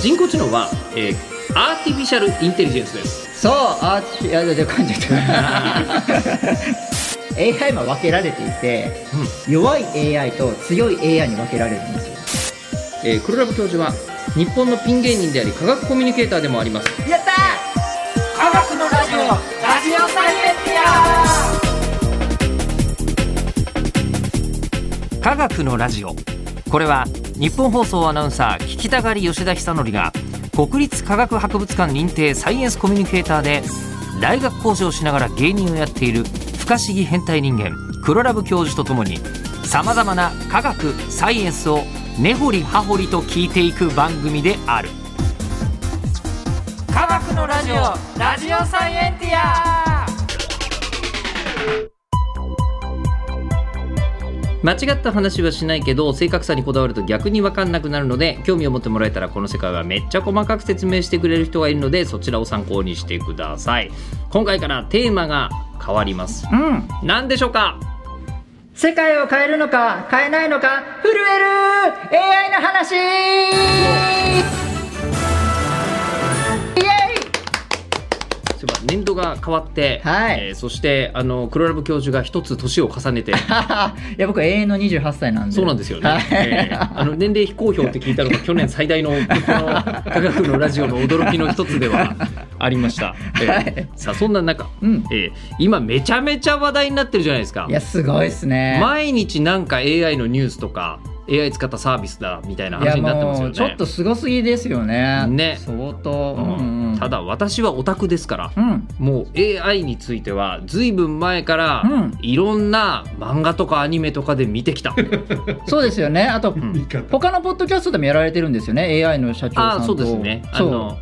人工知能は、えーアーティフィシャルインテリジェンスですそうあいやじゃ噛んじゃった AI も分けられていて、弱い AI と強い AI に分けられるんですよえー、黒ラブ教授は日本のピン芸人であり科学コミュニケーターでもありますやった科学のラジオラジオサイエンティア科学のラジオこれは日本放送アナウンサー聞きたがり吉田久典が国立科学博物館認定サイエンスコミュニケーターで大学講師をしながら芸人をやっている不可思議変態人間黒ラブ教授とともにさまざまな科学サイエンスを根掘り葉掘りと聞いていく番組である科学のラジオラジオサイエンティア間違った話はしないけど正確さにこだわると逆に分かんなくなるので興味を持ってもらえたらこの世界はめっちゃ細かく説明してくれる人がいるのでそちらを参考にしてください今回からテーマが変わりますうん何でしょうか世界を変えるのか変えないのか震える AI の話イエそういえイば年度が変わって、はいえーそしてあの黒ラブ教授が一つ年を重ねていや僕永遠の28歳なんでそうなんですよね、はいえーあの年齢非公表って聞いたのが去年最大のこの科学のラジオの驚きの一つで はありました、えーはいさあそんな中、うんえー今めちゃめちゃ話題になってるじゃないですかいやすごいっすね毎日なんか AI のニュースとか AI 使ったサービスだみたいないや話になってますよもねうちょっとすごすぎですよねね相当、ううんんうんただ私はオタクですからうんもう AI については随分前からうんいろんな漫画とかアニメとかで見てきた、そうですよねあと、ん他のポッドキャストでもやられてるんですよね AI の社長さあんあとそうですねあそうの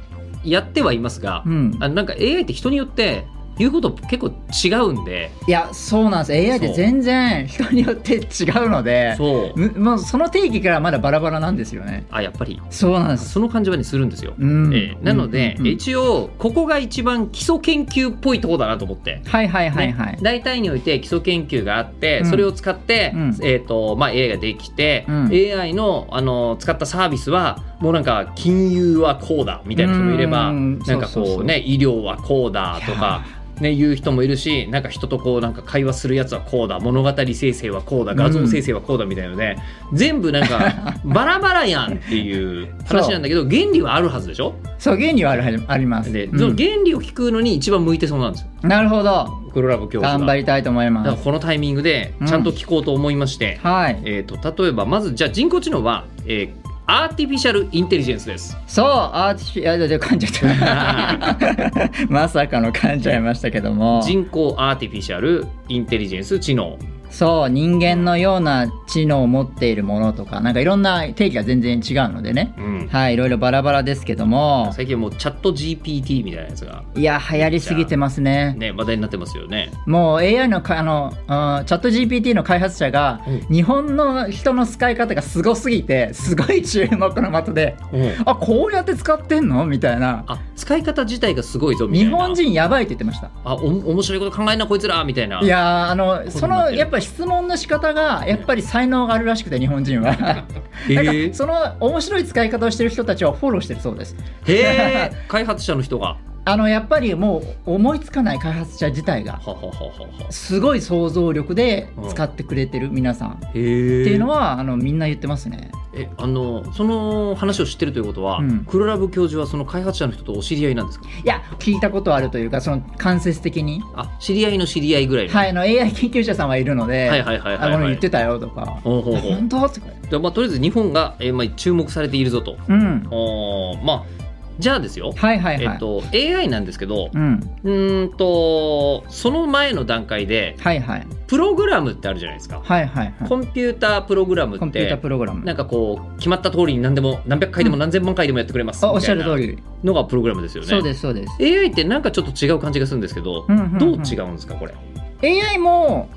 やってはいますが、うんあのなんか AI って人によって言うこと結構違うんでいやそうなんです AI って全然人によって違うのでそうむもうその定義からまだバラバラなんですよねあやっぱりそうなんですその感じはねするんですよ、うんえーなので、うんうん一応ここが一番基礎研究っぽいとこだなと思ってはいはいはいねはい、大体において基礎研究があって、うんそれを使って、うんえーとまあ、AI ができて、うん AI のあの使ったサービスはもうなんか金融はこうだみたいな人もいればうんなんかこうねそうそうそう医療はこうだとか。ね、いう人もいるしなんか人とこうなんか会話するやつはこうだ物語生成はこうだ画像生成はこうだみたいなので、全部なん かバラバラやんっていう話なんだけど原理はあるはずでしょそう原理はあるありますで、うんその原理を聞くのに一番向いてそうなんですよなるほど黒ラボ教授が頑張りたいと思いだまからすこのタイミングでちゃんと聞こうと思いまして、はいえー、と例えばまずじゃあ人工知能は、えーアーティフィシャルインテリジェンス です。そうアーティフィいやじゃ噛んじ ゃったまさかの噛んじゃいましたけども人工アーティフィシャルインテリジェンス知能。そう人間のような知能を持っているものとかなんかいろんな定義が全然違うのでねうん、はいいろいろバラバラですけども最近はもうチャット GPT みたいなやつが、いや流行りすぎてますねね、話題になってますよね。もう AI のかあのうんチャット GPT の開発者がう日本の人の使い方がすごすぎてすごい注目の的であこうやって使ってんのみたいなあ使い方自体がすごいぞみたい日な。本人やばいって言ってましたあお面白いこと考えんなこいつらみたいな。いやーあのるそのやっぱ質問の仕方がやっぱり才能があるらしくて日本人はなんかへーその面白い使い方をしてる人たちをフォローしてるそうですへー開発者の人が。あのやっぱりもう思いつかない開発者自体がははははは。すごい想像力で使ってくれてる皆さんってへーいうのはあのみんな言ってますねえあのその話を知ってるということは、うん黒ラブ教授はその開発者の人とお知り合いなんですかいや聞いたことあるというかその間接的に、あ知り合いの知り合いぐらいの、はい、あの AI 研究者さんはいるので、はいはいはいはいはいあの言ってたよとかほうほうほう本当とかでまあ、とりあえず日本が、えーまあ、注目されているぞとうんおーまあじゃあですよ、はいはいはい、えっと AI なんですけどうんうーんとその前の段階ではいはいプログラムってあるじゃないですか、はいはいはいコンピュータープログラムコっンピュータてプログラムなんかこう決まった通りに何でも何百回でも何千万回でもやってくれますあおみったしゃいるな通り、のがプログラムですよねそうですそうです AI ってなんかちょっと違う感じがするんですけど、うんうんうんどう違うんですかこれ AI も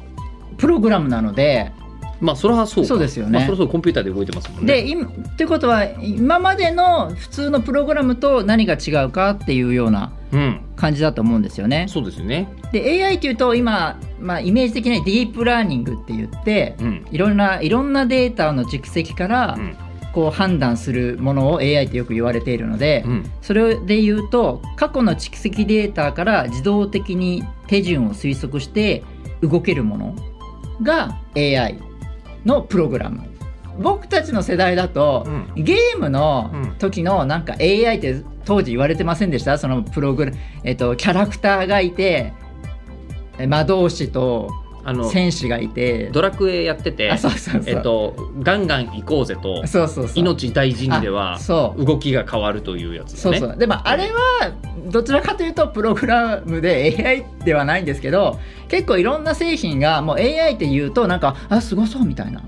プログラムなのでまあそれはそうかそうですよねまあ、そろそろコンピューターで動いてますもんねで今ということは今までの普通のプログラムと何が違うかっていうようなうん感じだと思うんですよね。そうですよねで AI というと今、まあ、イメージ的にはディープラーニングって言ってうんいろんないろんなデータの蓄積から、うんこう判断するものを AI ってよく言われているので、うんそれで言うと過去の蓄積データから自動的に手順を推測して動けるものが AI のプログラム僕たちの世代だと、うゲームの時のなんか AI って当時言われてませんでしたそのプログラ、えっと、キャラクターがいてえ魔導士とあの戦士がいてドラクエやっててあそうそうそう、えっと、ガンガン行こうぜとそうそうそう命大事にではあそう動きが変わるというやつだそうねそう、でもあれはどちらかというとプログラムで AI ではないんですけど結構いろんな製品がもう AI って言うとなんかあすごそうみたいな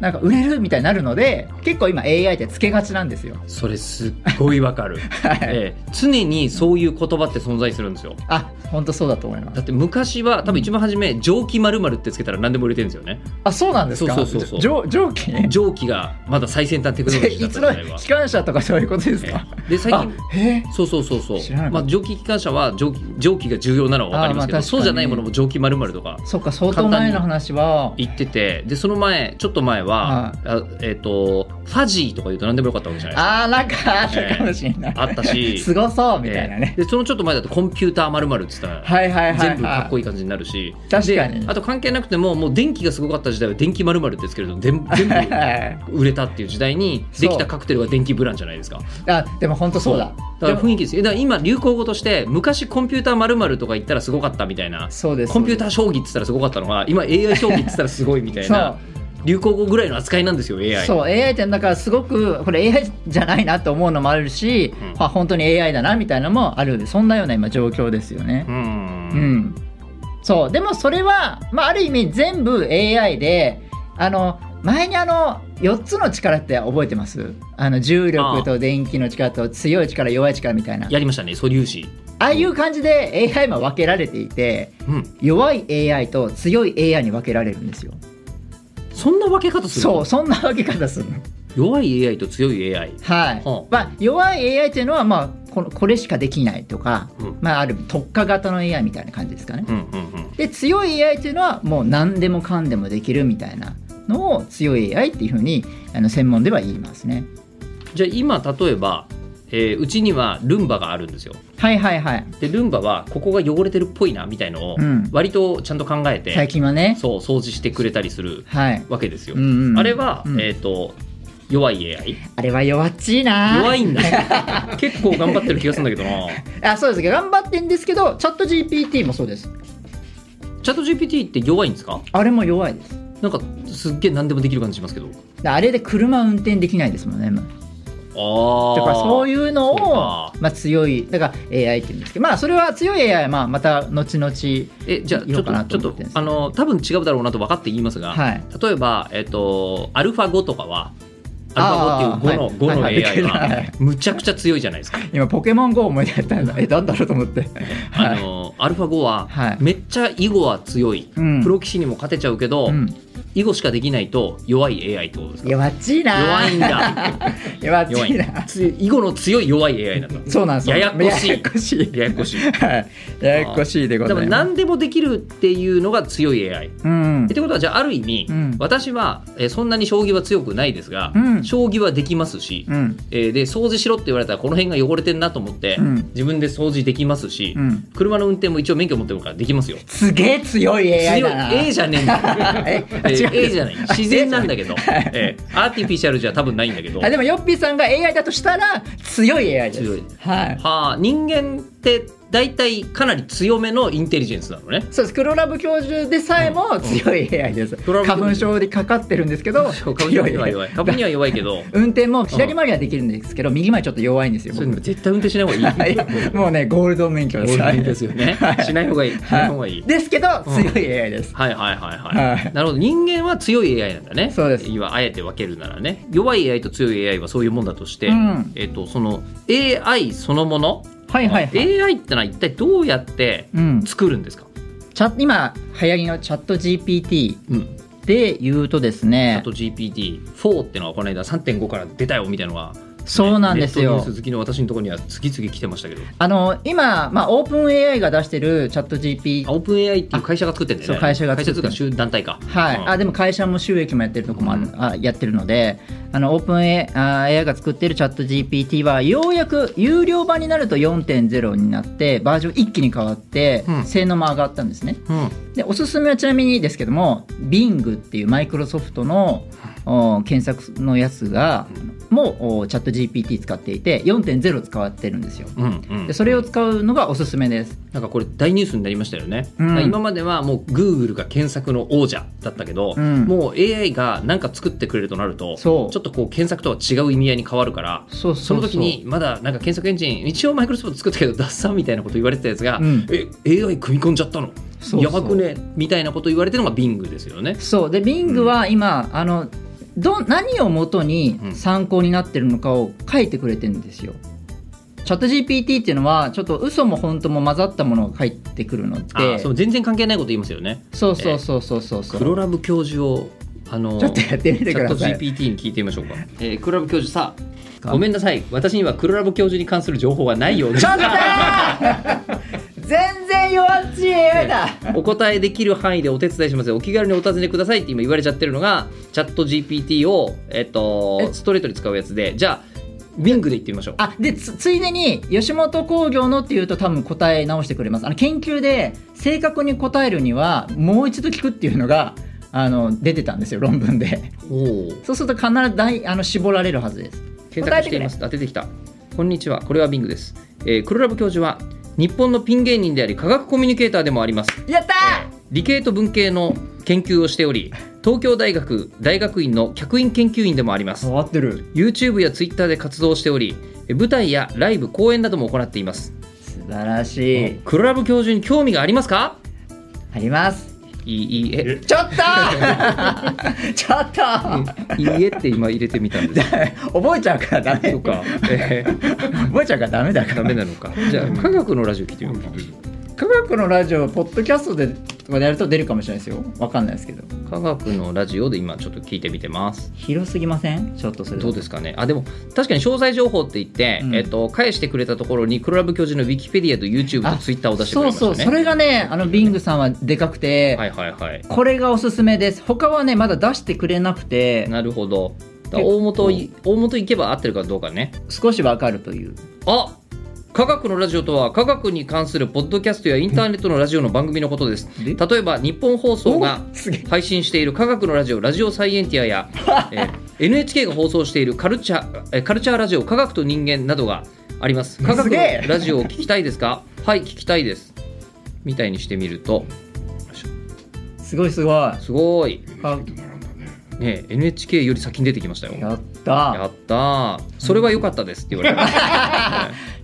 なんか売れるみたいになるので結構今 AI ってつけがちなんですよそれすっごいわかる、 ええ常にそういう言葉って存在するんですよあ本当そうだと思いますだって昔は多分一番初め「蒸気まるってつけたら何でも売れてるんですよねあそうなんですかそうそうそうそう蒸蒸気ね蒸気がまだ最先端テクノロジーだったいつ時の代は機関車とかそういうことですえ かえで最あ近へえそうそうそうそう知らなかったまあ、蒸気機関車は蒸気蒸気が重要なのは分かりますけど、あーまあ確かにそうじゃないものも蒸気まるとかそっか相当前の話は言っててでその前ちょっと前は、あえっとファジーとか言うと何でもよかったわけじゃないですかあーなんかあったかもしれない、あったしすごそうみたいなね、えーでそのちょっと前だとコンピューターまるって言ったら、はいはいはい、はい、全部かっこいい感じになるし確かにあと関係なくてももう電気がすごかった時代は電気まるってですけれども 全部全部はい売れたっていう時代にそうできたカクテルは電気ブランじゃないですかあでも本当そうだだからでも雰囲気ですよだから今流行語として昔コンピューターまるとか言ったらすごかったみたいなそうですコンピューターー将棋って言ったらすごかったのが今 AI 将棋って言ったらすごいみたいな流行語ぐらいの扱いなんですよ AI そう AI ってだからすごくこれ AI じゃないなと思うのもあるし、うんまあ本当に AI だなみたいなのもあるそんなような今状況ですよねううん、んそうでもそれは、まあ、ある意味全部 AI であの前にあの4つの力って覚えてますあの重力と電気の力と強い力弱い力みたいなあやりましたね素粒子あいう感じで AI も分けられていてうん弱い AI と強い AI に分けられるんですよそんな分け方するそうそんな分け方するの弱い AI と強い AI はい、はまあ、弱い AI っていうのは、まあ、このこれしかできないとか、うんまあ、ある意味特化型の AI みたいな感じですかねうんうんうんで強い AI っていうのはもう何でもかんでもできるみたいなのを強い AI っていうふうにあの専門では言いますねじゃあ今例えばえーうちにはルンバがあるんですよはいはいはい、でルンバはここが汚れてるっぽいなみたいのをうん割とちゃんと考えて、最近はねそう掃除してくれたりするはい、わけですよ、うんうんうんあれは、うんえっ、と弱い AI あれは弱っちいな弱いんだよ結構頑張ってる気がするんだけどなあそうですけど頑張ってんですけどチャット GPT もそうですチャット GPT って弱いんですかあれも弱いですなんかすっげえ何でもできる感じしますけどであれで車運転できないですもんね、まあああだからそうういうのそうをかまあ、強いだから AI って言うんですけどまあそれは強い AI はまあまた後々えじゃあち言ょおっとうかなちょとっと思ってるんですけあどの多分違うだろうなと分かって言いますが、はい例えばえっ、とアルファ5とかはアルファ5っていう5の,、あー5のはいは AI いはいははいむちゃくちゃ強いじゃないですか、今ポケモン GO 思い出した んだえなんだろうと思ってはあいのアルファ5ははいめっちゃ囲碁は強い、うんプロ棋士にも勝てちゃうけど、うん囲碁しかできないと弱い AI ってことですか弱っちいな弱いんだ 弱っ弱ちいいんなだつ囲碁の強い弱い AI なんだそうなんですややこしいややこしいややこしいはいややこしいでごでざもいます何でもできるっていうのが強い AI っうんてことはじゃあある意味、うん私は、えーそんなに将棋は強くないですが、うん将棋はできますし、うんえーで掃除しろって言われたらこの辺が汚れてんなと思って、うん自分で掃除できますし、うん車の運転も一応免許持ってるからできますよすげえ強い AI 強いだな A じゃねえん だええー A じゃないない自然なんだけど、えーアーティフィシャルじゃ多分ないんだけどあでもヨッピーさんが AI だとしたら強い AI です強いはいはあ人間って大体かなり強めのインテリジェンスなのねそうです黒ラブ教授でさえも強い AI です、黒ラブ教授花粉症でかかってるんですけど株には弱い強弱い株には弱いけど運転も左回りはできるんですけど、右回りちょっと弱いんですよそれ絶対運転しない方がいい僕もうねゴールド免許ゴでールすデンですよねはいしない方がいいしない方がいいですけど強い AI です、はいはいはいはい、はいなるほど人間は強い AI なんだねそうです今あえて分けるならね弱い AI と強い AI はそういうもんだとして、うんえっとその AI そのもの、はいはいはい、 AI ってのは一体どうやってうん、チ作るんですか、ャ今流行りのチャット GPT うん、で言うとですあねと GPT4 ってのはこの間3.5から出たよみたいなのがそうなんですよネットニュース好きの私のところには次々来てましたけど、あの今、まあ、オープン AI が出してるチャット GP オープン AI っていう会社が作ってんだよそね。う会社が会作社とっていうか集る団体か。はい、うんあでも会社も収益もやってるとこもある、うあやってるのであのオープン AI, あ AI が作ってるチャット GPT はようやく有料版になると4.0になってバージョン一気に変わってうん性能も上がったんですね、うん。でおすすめはちなみにですけども Bing っていうマイクロソフトのお検索のやつがもうおチャット GPT 使っていて4.0使ってるんですようんうんでそれを使うのがおすすめですなんかこれ大ニュースになりましたよね、うんだから今まではもう Google が検索の王者だったけど、うんもう AI が何か作ってくれるとなるとちょそっうとこう検索とは違う意味合いに変わるからそうその時にうまだなんか検索エンジン一応マイクロソフト作ったけどダッサンみたいなこと言われてたやつが、うんえ AI 組み込んじゃったのそうそうやばくねみたいなこと言われてるのが Bing ですよね。そうで Bing は今、あのど何をもとにうん参考になってるのかを書いてくれてるんですよ。チャット GPT っていうのはちょっと嘘も本当も混ざったものが入ってくるのあでーそう全然関係ないこと言いますよね。そうそうそうそうそうそう、黒ラブ教授をあのちょっとやってみチてャくッだトさい。 GPT に聞いてみましょうか。えー、黒ラブ教授さあ、ごめんなさい。私には黒ラブ教授に関する情報はないようですちょっとー 全然弱っちい AI だ お答えできる範囲でお手伝いしますよ。お気軽にお尋ねくださいって今言われちゃってるのが、チャット GPT を、えっと、えストレートに使うやつで、じゃあ、ビングで言ってみましょう。あでつついでに吉本興業のっていうと多分答え直してくれますあの研究で正確に答えるにはもう一度聞くっていうのがあの出てたんですよ論文でおお。そうすると必ず大あの絞られるはずです検索しています。当ててきた。こんにちは。これはビングです。えー、黒ラブ教授は、日本のピン芸人であり、科学コミュニケーターでもあります。やった理系と文系の研究をしており、東京大学大学院の客員研究員でもあります。変わってる YouTube や Twitter で活動しておりえ舞台やライブ公演なども行っています素晴らしい黒ラブ教授に興味がありますかありますいいいいえちょっと ちょっと いいえって今入れてみたんです覚えちゃうからダメそうか、えー、覚えちゃうからダメだかダらメなの かじゃあ科学のラジオ聞いてみようか科学のラジオポッドキャストでとかでやると出るかもしれないですよわかんないですけど科学のラジオで今ちょっと聞いてみてます広すぎませんちょっとそれどうですかねあでも確かに詳細情報って言って、うんえっと返してくれたところに黒ラブ教授のウィキペディアと YouTube と Twitter を出してくれそうましたそねうそれがねあのビングさんはでかくて、はいはいはいこれがおすすめです他はねまだ出してくれなくてなるほどだから大元い大元いけば合ってるかどうかね少しわかるというあ科学のラジオとは科学に関するポッドキャストやインターネットのラジオの番組のことですで例えば日本放送がおすげえ配信している科学のラジオラジオサイエンティアや、 えー NHK が放送しているカルチャーえーカルチャーラジオ科学と人間などがあります科学すげえのラジオを聞きたいですかはい聞きたいですみたいにしてみるとすごいすごいあすごい、ね、NHK より先に出てきましたよやったやったーそれは良かったですって言われた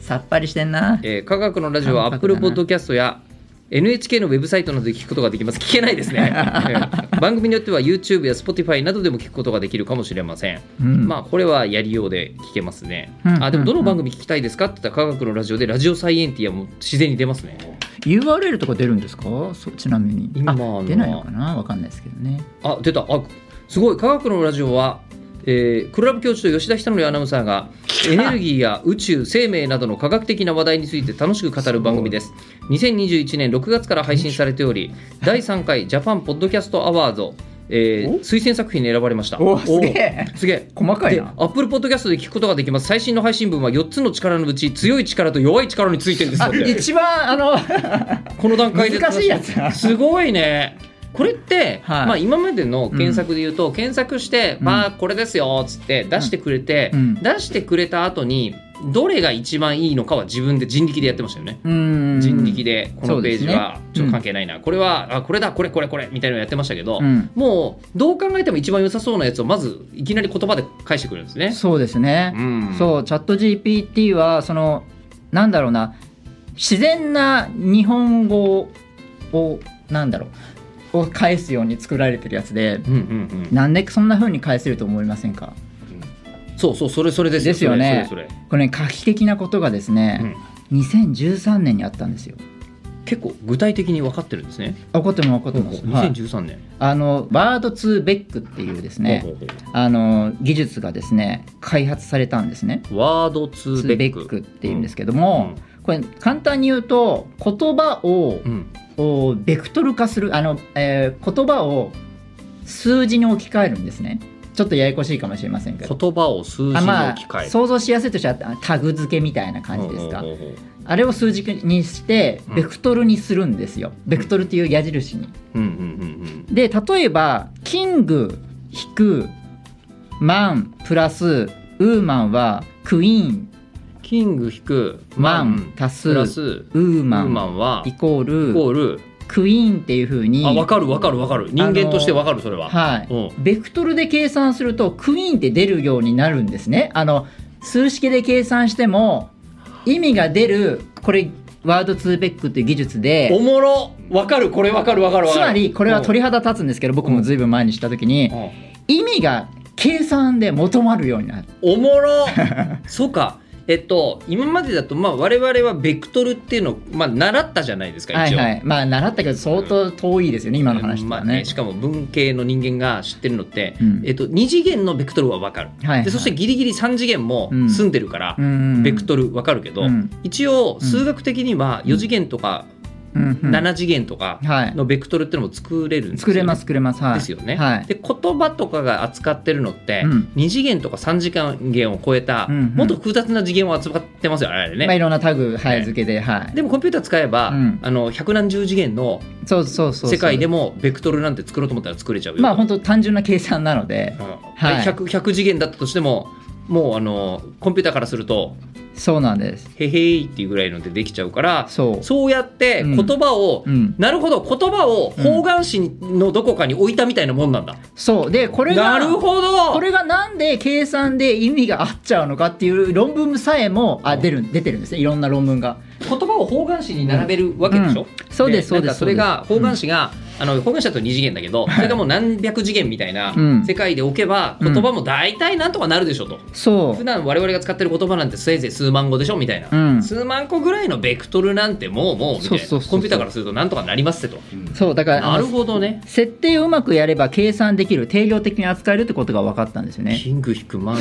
さっぱりしてんなえー科学のラジオは科学だ Apple な Podcast や NHK のウェブサイトなどで聞くことができます聞けないです ねえー番組によっては YouTube や Spotify などでも聞くことができるかもしれません、うんまあこれはやりようで聞けますね、うんあでもどの番組聞きたいですかって言ったら科学のラジオでラジオサイエンティアも自然に出ますね URL とか出るんですかそちなみに今あのは出ないのかなわかんないですけどねあ出たあすごい科学のラジオは、えー、黒ラブ教授と吉田久典アナウンサーがエネルギーや宇宙生命などの科学的な話題について楽しく語る番組です2021年6月から配信されており第3回ジャパンポッドキャストアワード、えーお推薦作品に選ばれましたおすげえおすげえ細かいでな Apple Podcast で聞くことができます最新の配信分は4つの力のうち強い力と弱い力についてるんですあよ一番あの この段階で難しいやつだすごいねこれって、はいまあ、今までの検索で言うと、検索して「うんまあこれですよ」っつって出してくれて、うん出してくれた後にどれが一番いいのかは自分で人力でやってましたよね。うん人力でこそのうペでーすジねはちょっとうん関係ないな、これはあこれだこれこれこれみたいなのやってましたけど、うんもうどう考えても一番良さそうなやつをまずいきなり言葉で返してくれるんですね。そうですね、うんそうチャット GPT はそのなんだろうな自然な日本語をなんだろうを返すように作られてるやつでうんうんうんなんでそんな風に返せると思いませんかそうそうそれそれですよですよねそれそれこれ、ね、画期的なことがですそれ、ね、2013年にあったんですよ結構具体的に分かってるんですね。あ怒っても怒ってます、はい2013年。あのバード2ベックっていうですねほうほうあの技術がですね開発されたんですねほうワードツツーーベベッックク。っていうんですけども、これ簡単に言うと言葉をうん。をベクトル化するあの、えー言葉を数字に置き換えるんですねちょっとややこしいかもしれませんけど言葉を数字に置あまきあ換える。想像しやすいとしたらタグ付けみたいな感じですかほうほうほうほあれを数字にしてうんベクトルにするんですよベクトルっていう矢印にううんうんで例えばキング引くマンプラスウーマンはクイうーンんうん。キング引くママンン足すプウラスウーマーマンンはイコーイルコールクイーンっていうふうにあ分かる分かる分かる人間として分かるそれは。はいうんベクトルで計算するとクイーンって出るようになるんですねあの数式で計算しても意味が出るこれワードツーベックっていう技術おでもろ分かるこれ分かる分かる分つかるまりこれは鳥肌立つんですけど僕も随分前にした時にうん意味が計算で求まるようになるおも ろそうかえっと今までだとまあ我々はベクトルっていうのを、まあ、習ったじゃないですかはい一応。はいまあ習ったけど相当遠いですよね今の話とまあはね、ねしかも文系の人間が知ってるのって、うんえっと、2次元のベクトルは分かる、はいはいでそしてギリギリ3次元もうん住んでるから、ベクトル分かるけど、うん一応数学的にはん4次元とかル7次元とかはいのベクトルっていうのも作れるんですよ作ねれます作れますはいですよね、はいで言葉とかが扱ってるのって、うん2次元とか3次元を超えた、うんうんもっと複雑な次元を扱ってますよあれね、まあいろんなタグ早付けではいでもコンピューター使えば、うんあの百何十次元のそうそうそうそう世界でもベクトルなんて作ろうと思ったら作れちゃうよまあ本当単純な計算なのでうんはい 100, 100次元だったとしてももうあのコンピューターからするとそうなんです「へへい」っていうぐらいのでできちゃうからそうそうやってうん言葉を、うん、なるほど言葉を方眼紙のどこかに置いたみたいなもんなんだ、そうでこれがなるほどこれがなんで計算で意味が合っちゃうのかっていう論文さえもあ出る出てるんですねいろんな論文が言葉を方眼紙に並べるわけでしょ、うんそうですそうなでんかすそれがそう方で眼す紙が、あの方眼紙だと2次元だけどそれがもう何百次元みたいなうん世界で置けば言葉も大体なんとかなるでしょと、うんそ普段我々が使ってる言葉なんてせいぜい数万語でしょみたいな、うん数万個ぐらいのベクトルなんてもうもうみたいなそうそうそうそうコンピューターからするとなんとかなりますってとうそうだからなあるのほどね設定をうまくやれば計算できる定量的に扱えるってことが分かったんですよねキング引くマン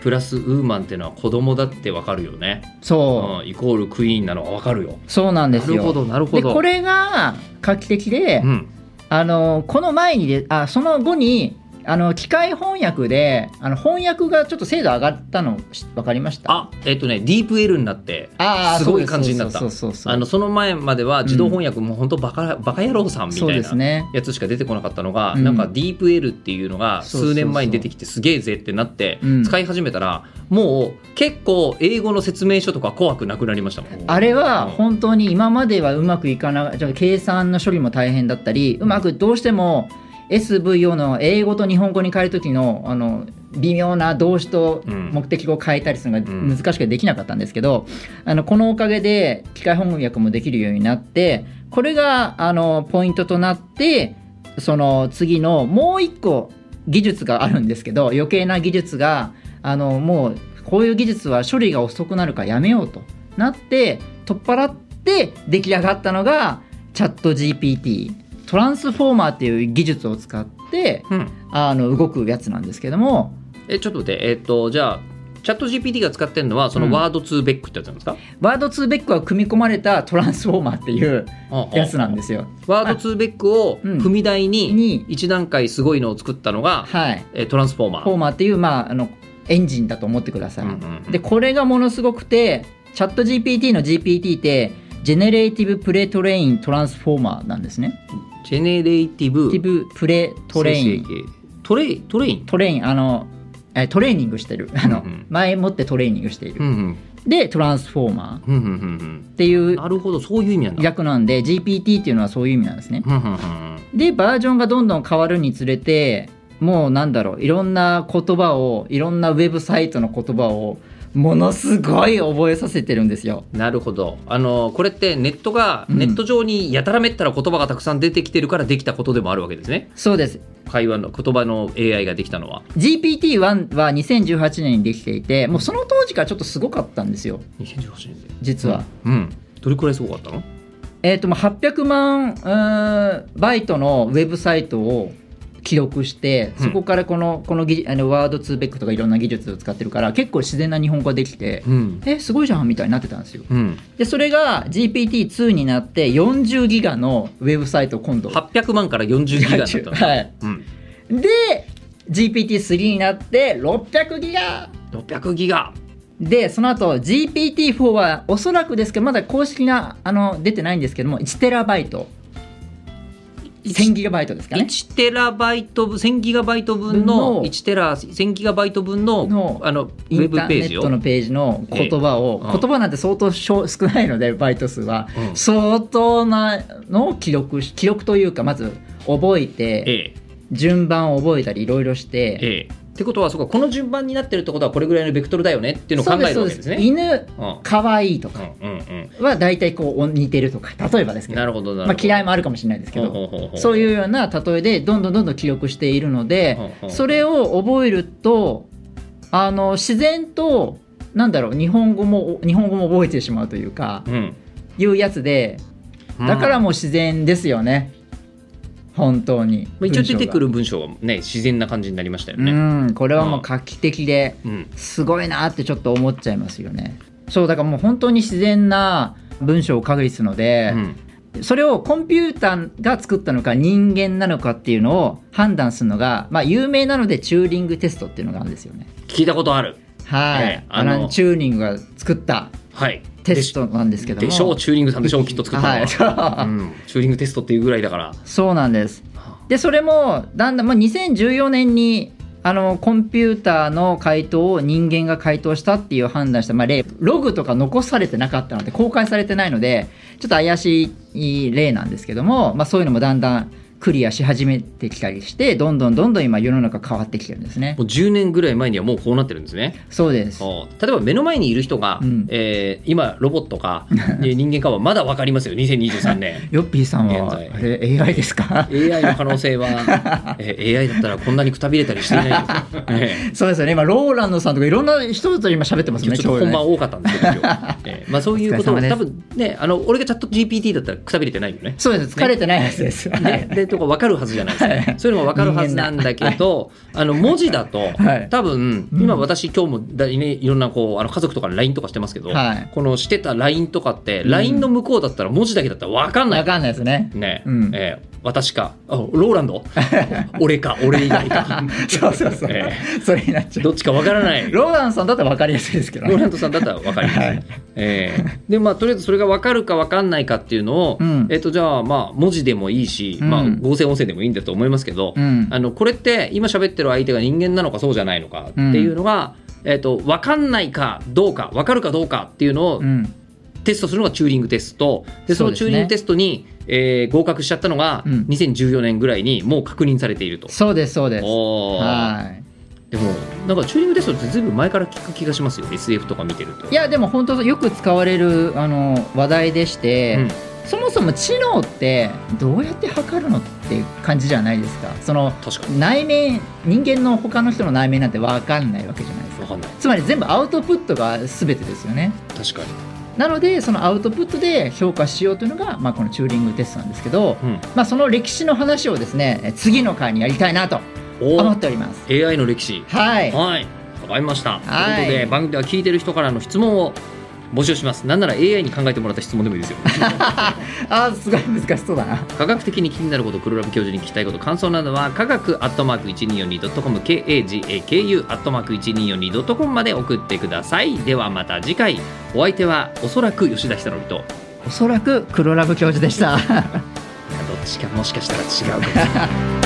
プラスウーマンってのは子供だってわかるよね、そううん、イコールクイーンなのはわかるよそうなんでなするほよどなるほでどこれが画期的で、うんあのこの前にであその後にあの機械翻訳であの翻訳がちょっと精度上がったのし分かりましたあえっとねディープ L になってあすーごい感じになったそうですそうそうそうそうあのその前までは自動翻訳も本当バカ、バカ野郎さんみたそういでなすねやつしか出てこなかったのが、うんなんかディープ L っていうのがそうそうそう数年前に出てきてすげえぜってなってうん使い始めたら、もう結構英語の説明書とか怖くなくなりましたもん。あれはうん本当に今まではうまくいかなちょっと計算の処理も大変だったりうまくどうしても SVO の英語と日本語に変える時のあの微妙な動詞とうん目的語を変えたりするのがうん難しくてできなかったんですけど、あのこのおかげで機械翻訳もできるようになってこれがあのポイントとなってその次のもう一個技術があるんですけど余計な技術があのもうこういう技術は処理が遅くなるからやめようとなって取っ払って出来上がったのがチャット GPT トランスフォーマーっていう技術を使ってうん、あの動くやつなんですけどもえちょっと待ってえっとじゃあチャット GPT が使ってるのはそうんのワードツーベックってやつなんですか、ワード2ベックは組み込まれたトランスフォーマーっていうやつなんですすよ。ワードツーベックをうん踏み台にに一段階すごいのを作ったのが、はい、えトランスフォーマフォーー。マーっていう、まあ、あのエンジンだと思ってください。うんうんうんでこれがものすごくてチャット GPT の GPT ってジェネレーティブプレトレイントランスフォーマーなんですね。ジェネレイティブジェネレーティブプレトレイントレイトレイントレインあのえートレーニングしてるあの、うんうん前もってトレーニングしている、うんうんでトランスフォーマうんうんうんーっていううんなるほどそういう意味なんだ。略なんで GPT っていうのはそういう意味なんですねうんうんうんうんでバージョンがどんどん変わるにつれてもうなんだろういろんな言葉をいろんなウェブサイトの言葉をものすごい覚えさせてるんですよなるほどあのこれってネットが、うんネット上にやたらめったら言葉がたくさん出てきてるからできたことでもあるわけですねそうです会話の言葉の AI ができたのは GPT-1 は2018年にできていてもうその当時からちょっとすごかったんですよ2018年で実は、うんどれくらいすごかったのえー、とまあ800万うーんバイトのウェブサイトを記録してうんそこからこのこの技あのワードツーベックとかいろんな技術を使ってるから結構自然な日本語ができて、うんえすごいじゃんみたいになってたんですようん、でそれが GPT2 になって40ギガのウェブサイトを今度800万から40ギガだったの、 はい、うん、で GPT3 になって600ギガ600ギガでその後 GPT4 はおそらくですけどまだ公式なあの出てないんですけども1テラバイト1000ギガバイトですかね1テラバイト分1000ギガバイト分のの1テラ1000ギガバイト分ののあのウイェンタブーペネージッをトのページの言葉を、ええうん言葉なんて相当少少ないのでバイト数は、うん相当なのを記録し記録というかまず覚えてええ順番を覚えたりいろいろして、ええってことはそうかこの順番になってるってことはこれぐらいのベクトルだよねっていうのを考えるそうわでけすですそうですね。犬うんうんかわいいとかうんは大体こうお似てるとか例えばですうん、けどなるほどなるまほあ、ど。嫌いもあるかもしれないですけど、そうういうような例えでどんどんどんどん記録しているので、それを覚えるとあの自然となんだろう日本語も日本語も覚えてしまうというかうんいうやつでだからもう自然ですよね、本当にまあ、一応出てくる、る文章はね自然な感じになりましたようね。んこれはもう画期的でうんすごいなってちょっと思っちゃいますよねそうだからもう本当に自然な文章を書いてるので、それをコンピューターが作ったのか人間なのかっていうのを判断するのが、まあ、有名なのでチューリングテストっていうのがあるんですよね。聞いたことある。はい、ええあアのラン・チューリングが作ったはい。テストなんですけどもでしょうチューリングさんでしょうきっと作ったのは、はいそううんチューリングテストっていうぐらいだから。そうなんですでそれもだんだん、まあ、2014年にあのコンピューターの回答を人間が回答したっていう判断した、まあ、例ログとか残されてなかったので公開されてないのでちょっと怪しい例なんですけども、まあ、そういうのもだんだんクリアし始めてきたりしてどんどんどんどん今世の中変わってきてるんですねもう10年ぐらい前にはもうこうなってるんですね。そうですそう例えば目の前にいる人が、うんえー今ロボット かえー人間かはまだ分かりますよ2023年ヨッピーさんは現在あれ AI ですか AI の可能 性は、えー AI だったらこんなにくたびれたりしていないですよ、えそうですよね今ローランドさんとかいろんな人と今喋ってえます今ね日ちょっと本番多かったんですけど、今日ええまあ、そういうことおを疲れ様多です分ねあの俺がチャット GPT だったらくたびれてないよね。 そうです疲れてないやつです、ね、でとか分かるはずじゃないですか、そういうのが分かるはずなんだけど、 あの文字だと、はい多分うん今私今日もだ、ね、いろんなこうあの家族とかに LINE とかしてますけど、はいこのしてた LINE とかって、うん LINE の向こうだったら文字だけだったら分かんない わかんないですね。ね、うんえー私かあローラン ド俺か俺以外かそうそうそう。えそれになっちゃどう。っちか分からないロローランさんだったらわかりやすいですけどね。ーランドさんだったら分かります、はいえーでまあとりあえずそれが分かるか分かんないかっていうのを、うんえっとじゃあまあ文字でもいいし、まあ、うん合成音声でもいいんだと思いますけど、うん。あのこれって今喋ってる相手が人間なのかそうじゃないのかっていうのが、えー、と分かんないかどうか分かるかどうかっていうのをうん。テストするのがチューリングテストでそそうのですチュねーリングテストに、えー合格しちゃったのがうん2014年ぐらいにもう確認されていると。そうです、そうです。おーはでもなんかチューリングテストってずいぶん前から聞く気がしますよ SF とか見てると。い。いや、でも本当よく使われるあの話題でして、うんそもそも知能ってどうやって測るのって感じじゃないですか。その確か内面、人間の他の人の内面なんてわかんないわけじゃないですにわか。かんないつまり全部アウトプットが全てですよね。確かに。なのでそのアウトプットで評価しようというのが、まあ、このチューリングテストなんですけど、うんまあ、その歴史の話をですねえ次の回にやりたいなとおー思っております。 AI の歴史はい、はい、わかりました。はいということで、番組では聞いてる人からの質問を募集します。なんなら AI に考えてもらった質問でもいい ですよ。あーすごい難しそうだな。科学的に気になること、黒ラブ教授に聞きたいこと、感想などは、科学アットマーク 1242.com、KAGAKU アットマーク 1242.com まで送ってください。ではまた次回、お相手はおそらく吉田久典と、どっおそらく黒ラブ教授でした。ちかもしかしたら違うかもしれない